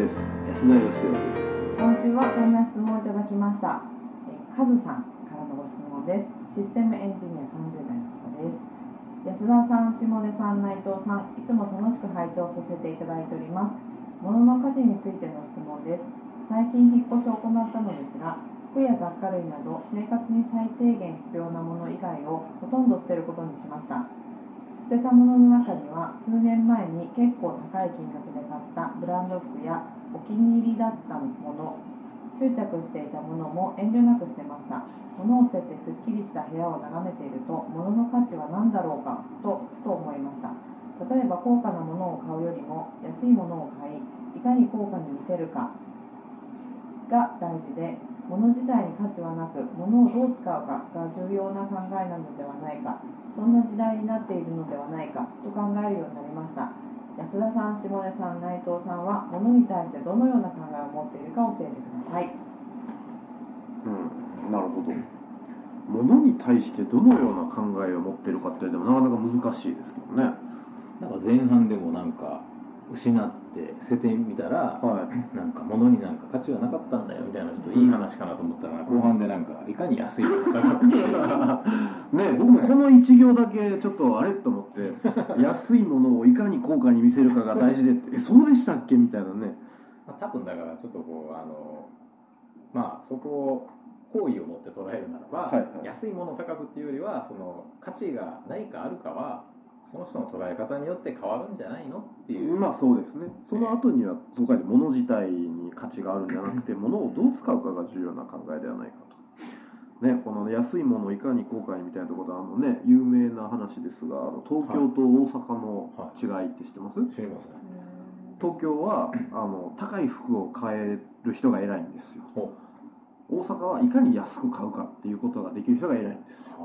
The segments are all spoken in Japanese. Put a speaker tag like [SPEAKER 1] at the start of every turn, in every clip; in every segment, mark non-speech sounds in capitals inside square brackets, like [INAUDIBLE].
[SPEAKER 1] 砂吉也です。
[SPEAKER 2] 今週はこんな質問をいただきました。えーカズさんからのご質問です。システムエンジニア30代の方です。安田さん、下根さん、内藤さん、いつも楽しく拝聴させていただいております。物の家事についての質問です。最近引っ越しを行ったのですが、服や雑貨類など生活に最低限必要なもの以外をほとんど捨てることにしました。捨てたものの中には数年前に結構高い金額で買ったブランド服やお気に入りだったもの執着していたものも遠慮なく捨てました物を捨ててすっきりした部屋を眺めていると物の価値は何だろうかとふと思いました例えば高価なものを買うよりも安いものを買いいかに高価に見せるかが大事で物自体に価値はなく物をどう使うかが重要な考えなのではないかそんな時代になっているのではないかと考えるようになりました安田さん下根さん内藤さんは物に対してどのような考えを持っているか教えてください
[SPEAKER 1] うん、なるほど。物に対してどのような考えを持っているかってでもなかなか難しいですけどね。
[SPEAKER 3] なんか前半でもなんか失って捨ててみたら [LAUGHS]
[SPEAKER 1] はい。
[SPEAKER 3] なんか物になんか価値はなかったんだよみたいなちょっといい話かなと思ったら
[SPEAKER 1] うん
[SPEAKER 3] 後半でなんかいかに安いのかがって [LAUGHS] いう
[SPEAKER 1] ね、僕もこの一行だけちょっとあれと思って安いものをいかに高価に見せるかが大事でってえそうでしたっけみたいなね
[SPEAKER 3] まあ多分だからちょっとこうあのまあそこを好意を持って捉えるならば、
[SPEAKER 1] はいはい
[SPEAKER 3] 安いもの高くっていうよりはその価値がないかあるかはその人の捉え方によって変わるんじゃないのっていう、
[SPEAKER 1] まあそうですねその後にはそうかい物自体に価値があるんじゃなくて物をどう使うかが重要な考えではないかと、ね、この安いものをいかに後悔みたいなところであのね有名な話ですがあの東京と大阪の違いって知ってます、
[SPEAKER 3] 知りますね
[SPEAKER 1] 東京はあの高い服を買える人が偉いんですよ
[SPEAKER 3] ほ
[SPEAKER 1] 大阪はいかに安く買うかっていうことができる人が偉いんです [LAUGHS] よ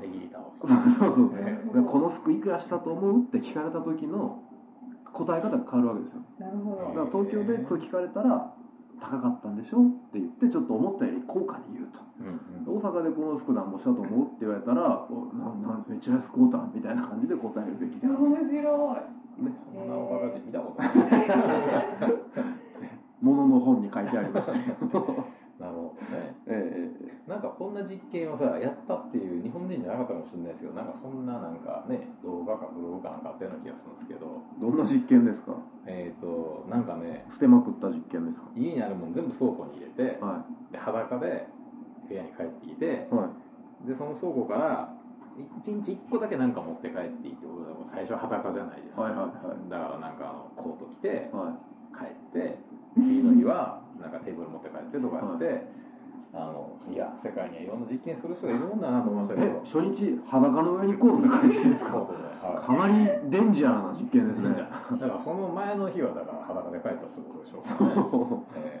[SPEAKER 3] ネギリタ
[SPEAKER 1] [LAUGHS]
[SPEAKER 3] を
[SPEAKER 1] そうそうそう
[SPEAKER 3] ね
[SPEAKER 1] でこの服いくらしたと思うって聞かれた時の答え方が変わるわけですよ
[SPEAKER 2] なるほ
[SPEAKER 3] ど
[SPEAKER 1] だから東京でそう聞かれたら高かったんでしょって言ってちょっと思ったより高価に言うと
[SPEAKER 3] うんうん、
[SPEAKER 1] 大阪でこの服なんぼしたと思うって言われたらおなんなんめっちゃ安く買うたんみたいな感じで答えるべきである
[SPEAKER 2] 白
[SPEAKER 1] ね
[SPEAKER 3] そんなおかが見たことない
[SPEAKER 1] 物の本に書いてありましたけど
[SPEAKER 3] なるほどね
[SPEAKER 1] ええええ
[SPEAKER 3] なんかこんな実験をさやったっていう日本人じゃなかったかもしれないですけどなんかそんななんかね動画かブログかなんかあったような気がするんですけど
[SPEAKER 1] どんな実験ですか
[SPEAKER 3] えっ、となんかね
[SPEAKER 1] 捨てまくった実験です
[SPEAKER 3] 家にあるもの全部倉庫に入れて
[SPEAKER 1] かは
[SPEAKER 3] で裸で部屋に帰ってきて
[SPEAKER 1] いはい
[SPEAKER 3] でその倉庫から1日1個だけなんか持って帰っていいってことだから最初は裸じゃないですか、
[SPEAKER 1] はいはいはい
[SPEAKER 3] だからなんかあのコート着て
[SPEAKER 1] は
[SPEAKER 3] 帰って次の日はなんかテーブル持って帰ってとかやって、あのいや世界にはいろんな実験する人がいるもんだなと思いましたけ
[SPEAKER 1] え [LAUGHS]
[SPEAKER 3] ど
[SPEAKER 1] 初日裸の上にコートで帰ってるんですか
[SPEAKER 3] コートではい
[SPEAKER 1] かなりデンジャーな実験ですね
[SPEAKER 3] デンジャだからその前の日はだから裸で帰ったってことでしょうか ね、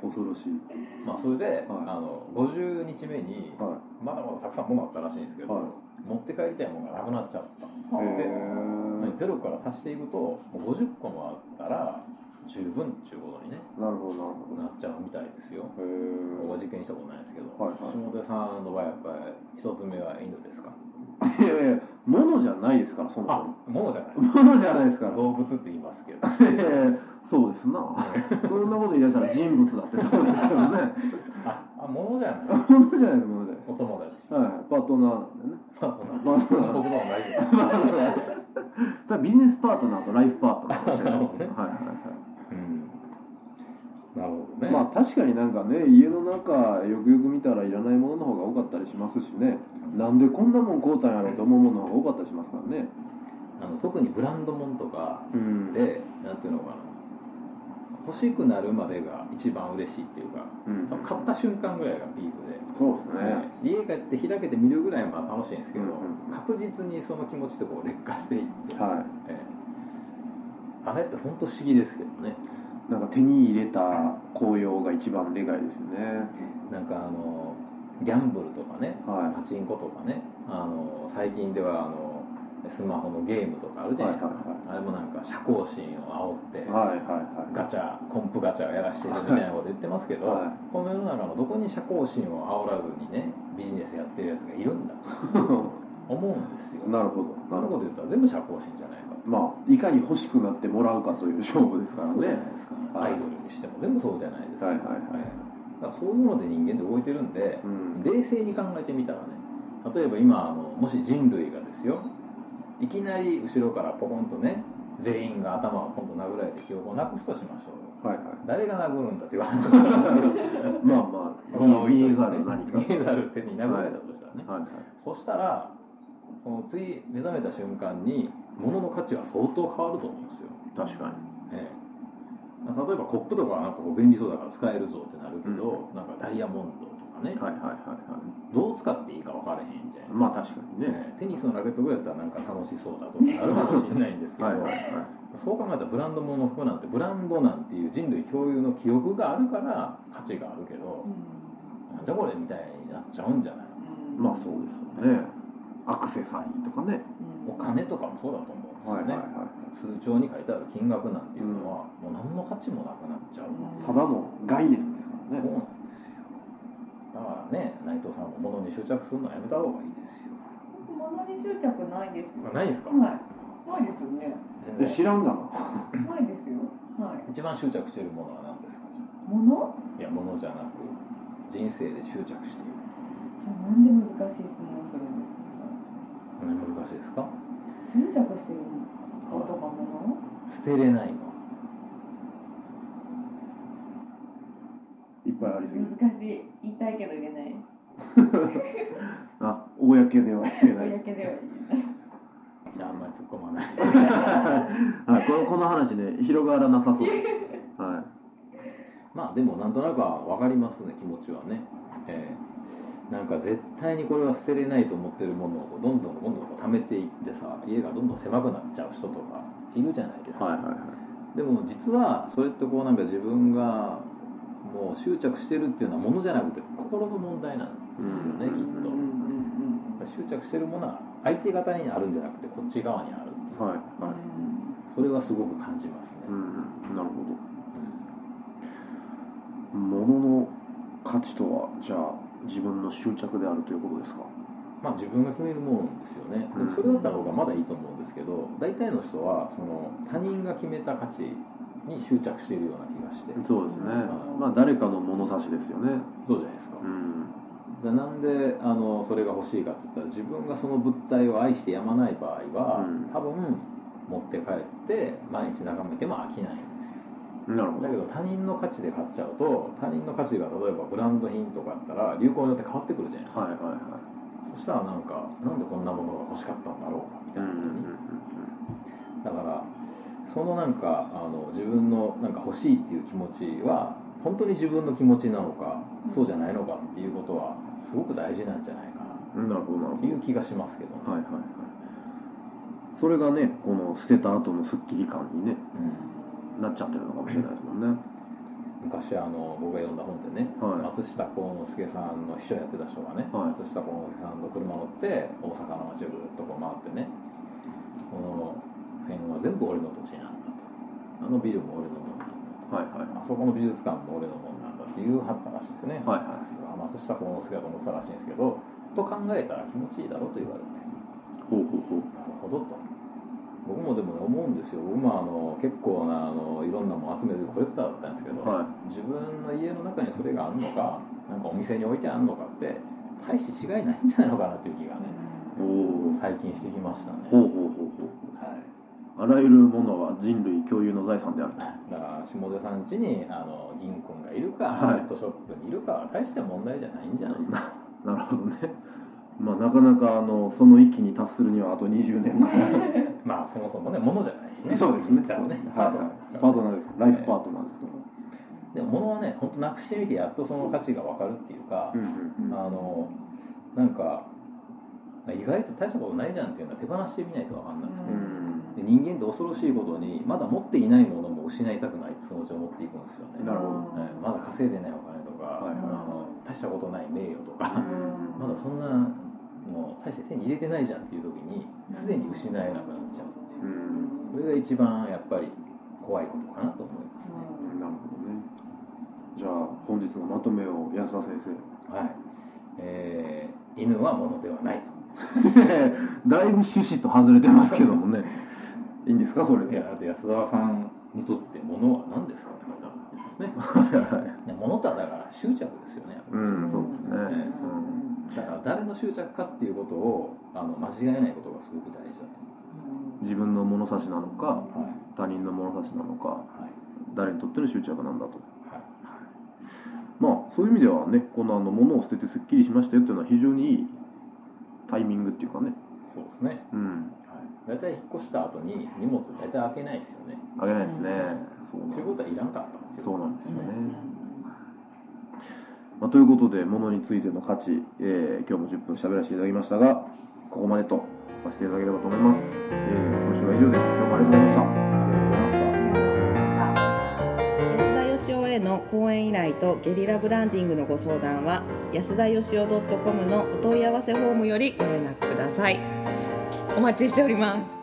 [SPEAKER 1] [LAUGHS] 恐
[SPEAKER 3] え
[SPEAKER 1] ろしい
[SPEAKER 3] ーまあ、それで、
[SPEAKER 1] はい
[SPEAKER 3] あの50日目に
[SPEAKER 1] は
[SPEAKER 3] まだまだたくさん物あったらしいんですけ
[SPEAKER 1] い
[SPEAKER 3] ど、
[SPEAKER 1] はい
[SPEAKER 3] 持って帰りたいものがなくなっちゃったん
[SPEAKER 1] へ
[SPEAKER 3] ですって
[SPEAKER 1] ー
[SPEAKER 3] ゼロから足していくともう50個もあったら十分っていうことに、ね、
[SPEAKER 1] なるほどなるほど
[SPEAKER 3] なっちゃうみたいですよ
[SPEAKER 1] へ
[SPEAKER 3] 僕は
[SPEAKER 1] ー
[SPEAKER 3] 実験したことないですけど、
[SPEAKER 1] はいはい
[SPEAKER 3] 下手さんの場合やっぱり一つ目は犬ですか
[SPEAKER 1] いやいや物じゃないですからそも
[SPEAKER 3] 物じゃない
[SPEAKER 1] そも物じゃないですから
[SPEAKER 3] 動物って言いますけどあ
[SPEAKER 1] いやいや [LAUGHS] そうですなそんなこと言い出したら人物だってそうですけど [LAUGHS] ね
[SPEAKER 3] あ物じゃない
[SPEAKER 1] 物じゃないです物じゃないで
[SPEAKER 3] お友達
[SPEAKER 1] すはいパートナーなんでね
[SPEAKER 3] パートナー
[SPEAKER 1] パートナー
[SPEAKER 3] 僕も同じ
[SPEAKER 1] まあそれはビジネスパートナーとライフパートナーの違いですねはいはいはい
[SPEAKER 3] うんなるほどね、
[SPEAKER 1] まあ確かになんかね家の中よくよく見たらいらないものの方が多かったりしますしねなんでこんなもん買うたんやろうと思うものの方が多かったりしますからね
[SPEAKER 3] あの特にブランド物とか
[SPEAKER 1] うん
[SPEAKER 3] でなんていうのかな欲しくなるまでが一番嬉しいっていうか
[SPEAKER 1] うん
[SPEAKER 3] 多分買った瞬間ぐらいがピークで、
[SPEAKER 1] そうですね
[SPEAKER 3] 家帰って開けて見るぐらいは楽しいんですけど、
[SPEAKER 1] うんうん
[SPEAKER 3] 確実にその気持ちとこう劣化していって、
[SPEAKER 1] は
[SPEAKER 3] ええあれって本当不思議ですけどね
[SPEAKER 1] いなんか手に入れた紅葉が一番でかいですよね
[SPEAKER 3] なんかあのギャンブルとかね
[SPEAKER 1] は
[SPEAKER 3] パチンコとかねあの最近ではあのスマホのゲームとかあるじゃないですか、
[SPEAKER 1] はいはい
[SPEAKER 3] あれもなんか社交心を
[SPEAKER 1] い
[SPEAKER 3] 煽って、
[SPEAKER 1] はいはいは
[SPEAKER 3] ガチャコンプガチャをやらしてるみたいなこと言ってますけ
[SPEAKER 1] い
[SPEAKER 3] ど、
[SPEAKER 1] は
[SPEAKER 3] この世の中のどこに社交心を煽らずにねビジネスやってるやつがいるんだと
[SPEAKER 1] い [LAUGHS]
[SPEAKER 3] 思うんですよ。
[SPEAKER 1] なるほど
[SPEAKER 3] そん
[SPEAKER 1] なる
[SPEAKER 3] な
[SPEAKER 1] ほ
[SPEAKER 3] こ
[SPEAKER 1] ど
[SPEAKER 3] と言ったら全部社交心じゃないかと。
[SPEAKER 1] まあいかに欲しくなってもらうかという勝負ですから
[SPEAKER 3] そうじゃ
[SPEAKER 1] ね
[SPEAKER 3] ないですか、
[SPEAKER 1] はい
[SPEAKER 3] アイドルにしても全部そうじゃないです
[SPEAKER 1] は
[SPEAKER 3] か。
[SPEAKER 1] いはいはい
[SPEAKER 3] だからそういうもので人間って動いてるんで、
[SPEAKER 1] うん
[SPEAKER 3] 冷静に考えてみたらね、例えば今あのもし人類がですよ、いきなり後ろからポコンとね、全員が頭をポンと殴られて記憶をなくすとしましょう
[SPEAKER 1] は
[SPEAKER 3] よ。
[SPEAKER 1] いは
[SPEAKER 3] 誰が殴るんだっていう話なんですけど。
[SPEAKER 1] いまあまあこ
[SPEAKER 3] [LAUGHS]
[SPEAKER 1] の見えざる何か
[SPEAKER 3] 見えざる手に殴られたとしたらね。
[SPEAKER 1] はいはい
[SPEAKER 3] そしたらその次目覚めた瞬間に物の価値は相当変わると思うんですよ、
[SPEAKER 1] 確か
[SPEAKER 3] ええ例えばコップとかはなんかこう便利そうだから使えるぞってなるけど、なんかダイヤモンドとかね、
[SPEAKER 1] にはいはいはいは
[SPEAKER 3] どう使っていいか分からへんじゃな
[SPEAKER 1] い
[SPEAKER 3] い
[SPEAKER 1] まあ確かに
[SPEAKER 3] ですか、
[SPEAKER 1] ね
[SPEAKER 3] ええテニスのラケットぐらいだったらなんか楽しそうだとかあるかもしれないんですけど
[SPEAKER 1] はいはいはい
[SPEAKER 3] そう考えたらブランド物の服なんてブランドなんていう人類共有の記憶があるから価値があるけどなんじゃこれみたいになっちゃうんじゃない
[SPEAKER 1] まあそうですよねアクセサリーとかね
[SPEAKER 3] お金とかもそうだと思うんですよね、
[SPEAKER 1] い
[SPEAKER 3] 通帳に書いてある金額なんていうのは、もう何の価値もなくなっちゃうっていう、
[SPEAKER 1] ただの概念ですから
[SPEAKER 3] そ
[SPEAKER 1] ね
[SPEAKER 3] うなんですよだからね内藤さんも物に執着するのはやめた方がいいですよ、
[SPEAKER 2] 物に執着ないですよ。
[SPEAKER 3] あないですか、
[SPEAKER 2] はい。ないですよね。
[SPEAKER 3] 全
[SPEAKER 1] え知
[SPEAKER 3] 然
[SPEAKER 1] らんがな
[SPEAKER 2] ないですよ。はい。
[SPEAKER 3] 一番執着しているものは何ですか
[SPEAKER 2] 物？
[SPEAKER 3] いや物じゃなく人生で執着している
[SPEAKER 2] じゃあなんで難しい質問をするんですか。
[SPEAKER 3] 何難しいですか
[SPEAKER 2] 執着してることとか物？
[SPEAKER 3] 捨てれないの
[SPEAKER 1] いっぱいありすぎて
[SPEAKER 2] 難しい。言いたいけど言えない。
[SPEAKER 1] あ公では言えない
[SPEAKER 2] [LAUGHS] 公では
[SPEAKER 3] じゃああんまり突っ込まない
[SPEAKER 1] [LAUGHS] はい、このこの話ね広がらなさそうです。は
[SPEAKER 3] まあでもなんとなくは分かりますね気持ちはね、えーなんか絶対にこれは捨てれないと思ってるものをこうどんどんどんどんこう貯めていってさ家がどんどん狭くなっちゃう人とかいるじゃないで
[SPEAKER 1] い
[SPEAKER 3] すか、
[SPEAKER 1] はいはい
[SPEAKER 3] でも実はそれってこうなんか自分がもう執着してるっていうのはものじゃなくて心の問題なん
[SPEAKER 1] う
[SPEAKER 3] ですよね、
[SPEAKER 1] ん
[SPEAKER 3] きっと、執着してるものは相手方にあるんじゃなくてこっち側にあるっていう、
[SPEAKER 1] はいはい。
[SPEAKER 2] い。
[SPEAKER 3] それはすごく感じますね、
[SPEAKER 1] うん、なるほ
[SPEAKER 3] うん
[SPEAKER 1] ど。物の価値とはじゃあ自分の執着であるということですか。
[SPEAKER 3] まあ、自分が決めるもんですよね、でもそれだったら僕はまだいいと思うんですけど大体の人はその他人が決めた価値に執着しているような気がして
[SPEAKER 1] そうですね。まあ誰かの物差しですよね。
[SPEAKER 3] そうじゃないですか
[SPEAKER 1] う、ん。
[SPEAKER 3] でなんであのそれが欲しいかって言ったら自分がその物体を愛してやまない場合は、
[SPEAKER 1] うん
[SPEAKER 3] 多分持って帰って毎日眺めても飽きないんですよ
[SPEAKER 1] なるほど
[SPEAKER 3] だけ。ど他人の価値で買っちゃうと他人の価値が例えばブランド品とかあったら流行によって変わってくるじゃないですか
[SPEAKER 1] はいはいは
[SPEAKER 3] そしたらなんかなんでこんなものが欲しかったんだろうかみ
[SPEAKER 1] い。
[SPEAKER 3] た
[SPEAKER 1] う
[SPEAKER 3] い
[SPEAKER 1] んう
[SPEAKER 3] なふ
[SPEAKER 1] ん
[SPEAKER 3] うに
[SPEAKER 1] うん
[SPEAKER 3] だからそのなんかあの自分のなんか欲しいっていう気持ちは本当に自分の気持ちなのかそうじゃないのかっていうことはすごく大事なんじゃないかな
[SPEAKER 1] うん。なるほどなる
[SPEAKER 3] っ
[SPEAKER 1] ほ
[SPEAKER 3] て
[SPEAKER 1] ど
[SPEAKER 3] い。う気がしますけどね、
[SPEAKER 1] はいはいはい。それがねこの捨てた後のスッキリ感にね
[SPEAKER 3] うん
[SPEAKER 1] なっちゃってるのかもしれないですもんね。
[SPEAKER 3] 昔あの僕が読んだ本でね、
[SPEAKER 1] は
[SPEAKER 3] 松下幸之助さんの秘書やってた人がね、
[SPEAKER 1] はい
[SPEAKER 3] 松下幸之助さんの車乗って大阪の街をぐるっとこう回ってねこの辺は全部俺の土地なんだとあのビルも俺のものなんだ
[SPEAKER 1] いはいは
[SPEAKER 3] と
[SPEAKER 1] い
[SPEAKER 3] あそこの美術館も俺のもんなんだっていうはったらしいんですよね、
[SPEAKER 1] はいはい
[SPEAKER 3] さすが松下幸之助だと思ってたらしいんですけどと考えたら気持ちいいだろうと言われて
[SPEAKER 1] ほうほうほう。
[SPEAKER 3] なるほどと僕もでもね思うんですよ僕もあの結構なあのいろんなもん集めてるコレクターだったんですけど、
[SPEAKER 1] はい。
[SPEAKER 3] 自分の家の中にそれがあるのかなんかお店に置いてあるのかって大して違いないんじゃないのかなっていう気がね
[SPEAKER 1] おお。
[SPEAKER 3] 最近してきましたね、
[SPEAKER 1] ほうほうほうほう。
[SPEAKER 3] はい
[SPEAKER 1] あらゆるものは人類共有の財産であると。
[SPEAKER 3] だから下出さん家にあの銀行がいるか、
[SPEAKER 1] はい
[SPEAKER 3] ネットショップにいるかは大して問題じゃないんじゃないかな
[SPEAKER 1] [LAUGHS] なるほどね。まあなかなかあのその域に達するにはあと20年ぐ
[SPEAKER 3] [LAUGHS]
[SPEAKER 1] らい。
[SPEAKER 3] まあそもそもね物じゃないしねじゃあね
[SPEAKER 1] はい
[SPEAKER 3] パートナー
[SPEAKER 1] はい。パートナーですから。ライフパートナーですから。
[SPEAKER 3] でも物はね本当なくしてみてやっとその価値が分かるっていうか、
[SPEAKER 1] ん
[SPEAKER 3] あのなんか意外と大したことないじゃんっていうのは手放してみないと分かんなくて、で人間って恐ろしいことにまだ持っていないものも失いたくないってそのうち思っていくんですよね、
[SPEAKER 1] なるほど
[SPEAKER 3] はいまだ稼いでないお金と
[SPEAKER 1] は
[SPEAKER 3] か、
[SPEAKER 1] い
[SPEAKER 3] あの大したことない名誉と
[SPEAKER 2] う
[SPEAKER 3] か、 [LAUGHS]
[SPEAKER 2] ん
[SPEAKER 3] まだそんなの大して手に入れてないじゃんっていう時にすでに失えなくなっちゃうっていうう、
[SPEAKER 1] ん。
[SPEAKER 3] それが一番やっぱり怖いことかなと思いますね、
[SPEAKER 1] なるほどね。じゃあ本日
[SPEAKER 3] [LAUGHS]
[SPEAKER 1] のまとめを安田先生。
[SPEAKER 3] はいえー犬は物ではないと
[SPEAKER 1] だいぶ趣旨と外れてますけどもねいいんですかそれ
[SPEAKER 3] い
[SPEAKER 1] で
[SPEAKER 3] やだって安田さんにとって物は何ですかって書いてあるんですね
[SPEAKER 1] はいはい
[SPEAKER 3] [LAUGHS] いや物とはだから執着ですよね
[SPEAKER 1] うんそうですね、
[SPEAKER 2] うん
[SPEAKER 3] だから誰の執着かっていうことをあの間違えないことがすごく大事だと
[SPEAKER 1] うん自分の物差しなのか
[SPEAKER 3] はい
[SPEAKER 1] 他人の物差しなのか
[SPEAKER 3] はい
[SPEAKER 1] 誰にとっての執着なんだと
[SPEAKER 3] はい
[SPEAKER 1] まあそういう意味ではねこのあの物を捨ててすっきりしましたよっていうのは非常にいいタイミングっていうかね
[SPEAKER 3] そうですね
[SPEAKER 1] うん
[SPEAKER 3] はい大体引っ越した後に荷物大体開けないですよね
[SPEAKER 1] あげないですねそう
[SPEAKER 3] ということはいらんかったっていう
[SPEAKER 1] そう
[SPEAKER 3] う
[SPEAKER 1] なんですよね、
[SPEAKER 2] うん
[SPEAKER 1] まあ、ということで物についての価値、えー今日も10分喋らせていただきましたがここまでとさせていただければと思います、えー今週は以上です今日もありがとうございました
[SPEAKER 3] あり
[SPEAKER 2] ありがとうござ
[SPEAKER 3] がとうございました
[SPEAKER 2] いました
[SPEAKER 4] 安田義雄への講演依頼とゲリラブランディングのご相談は安田義雄 .com のお問い合わせフォームよりご連絡くださいお待ちしております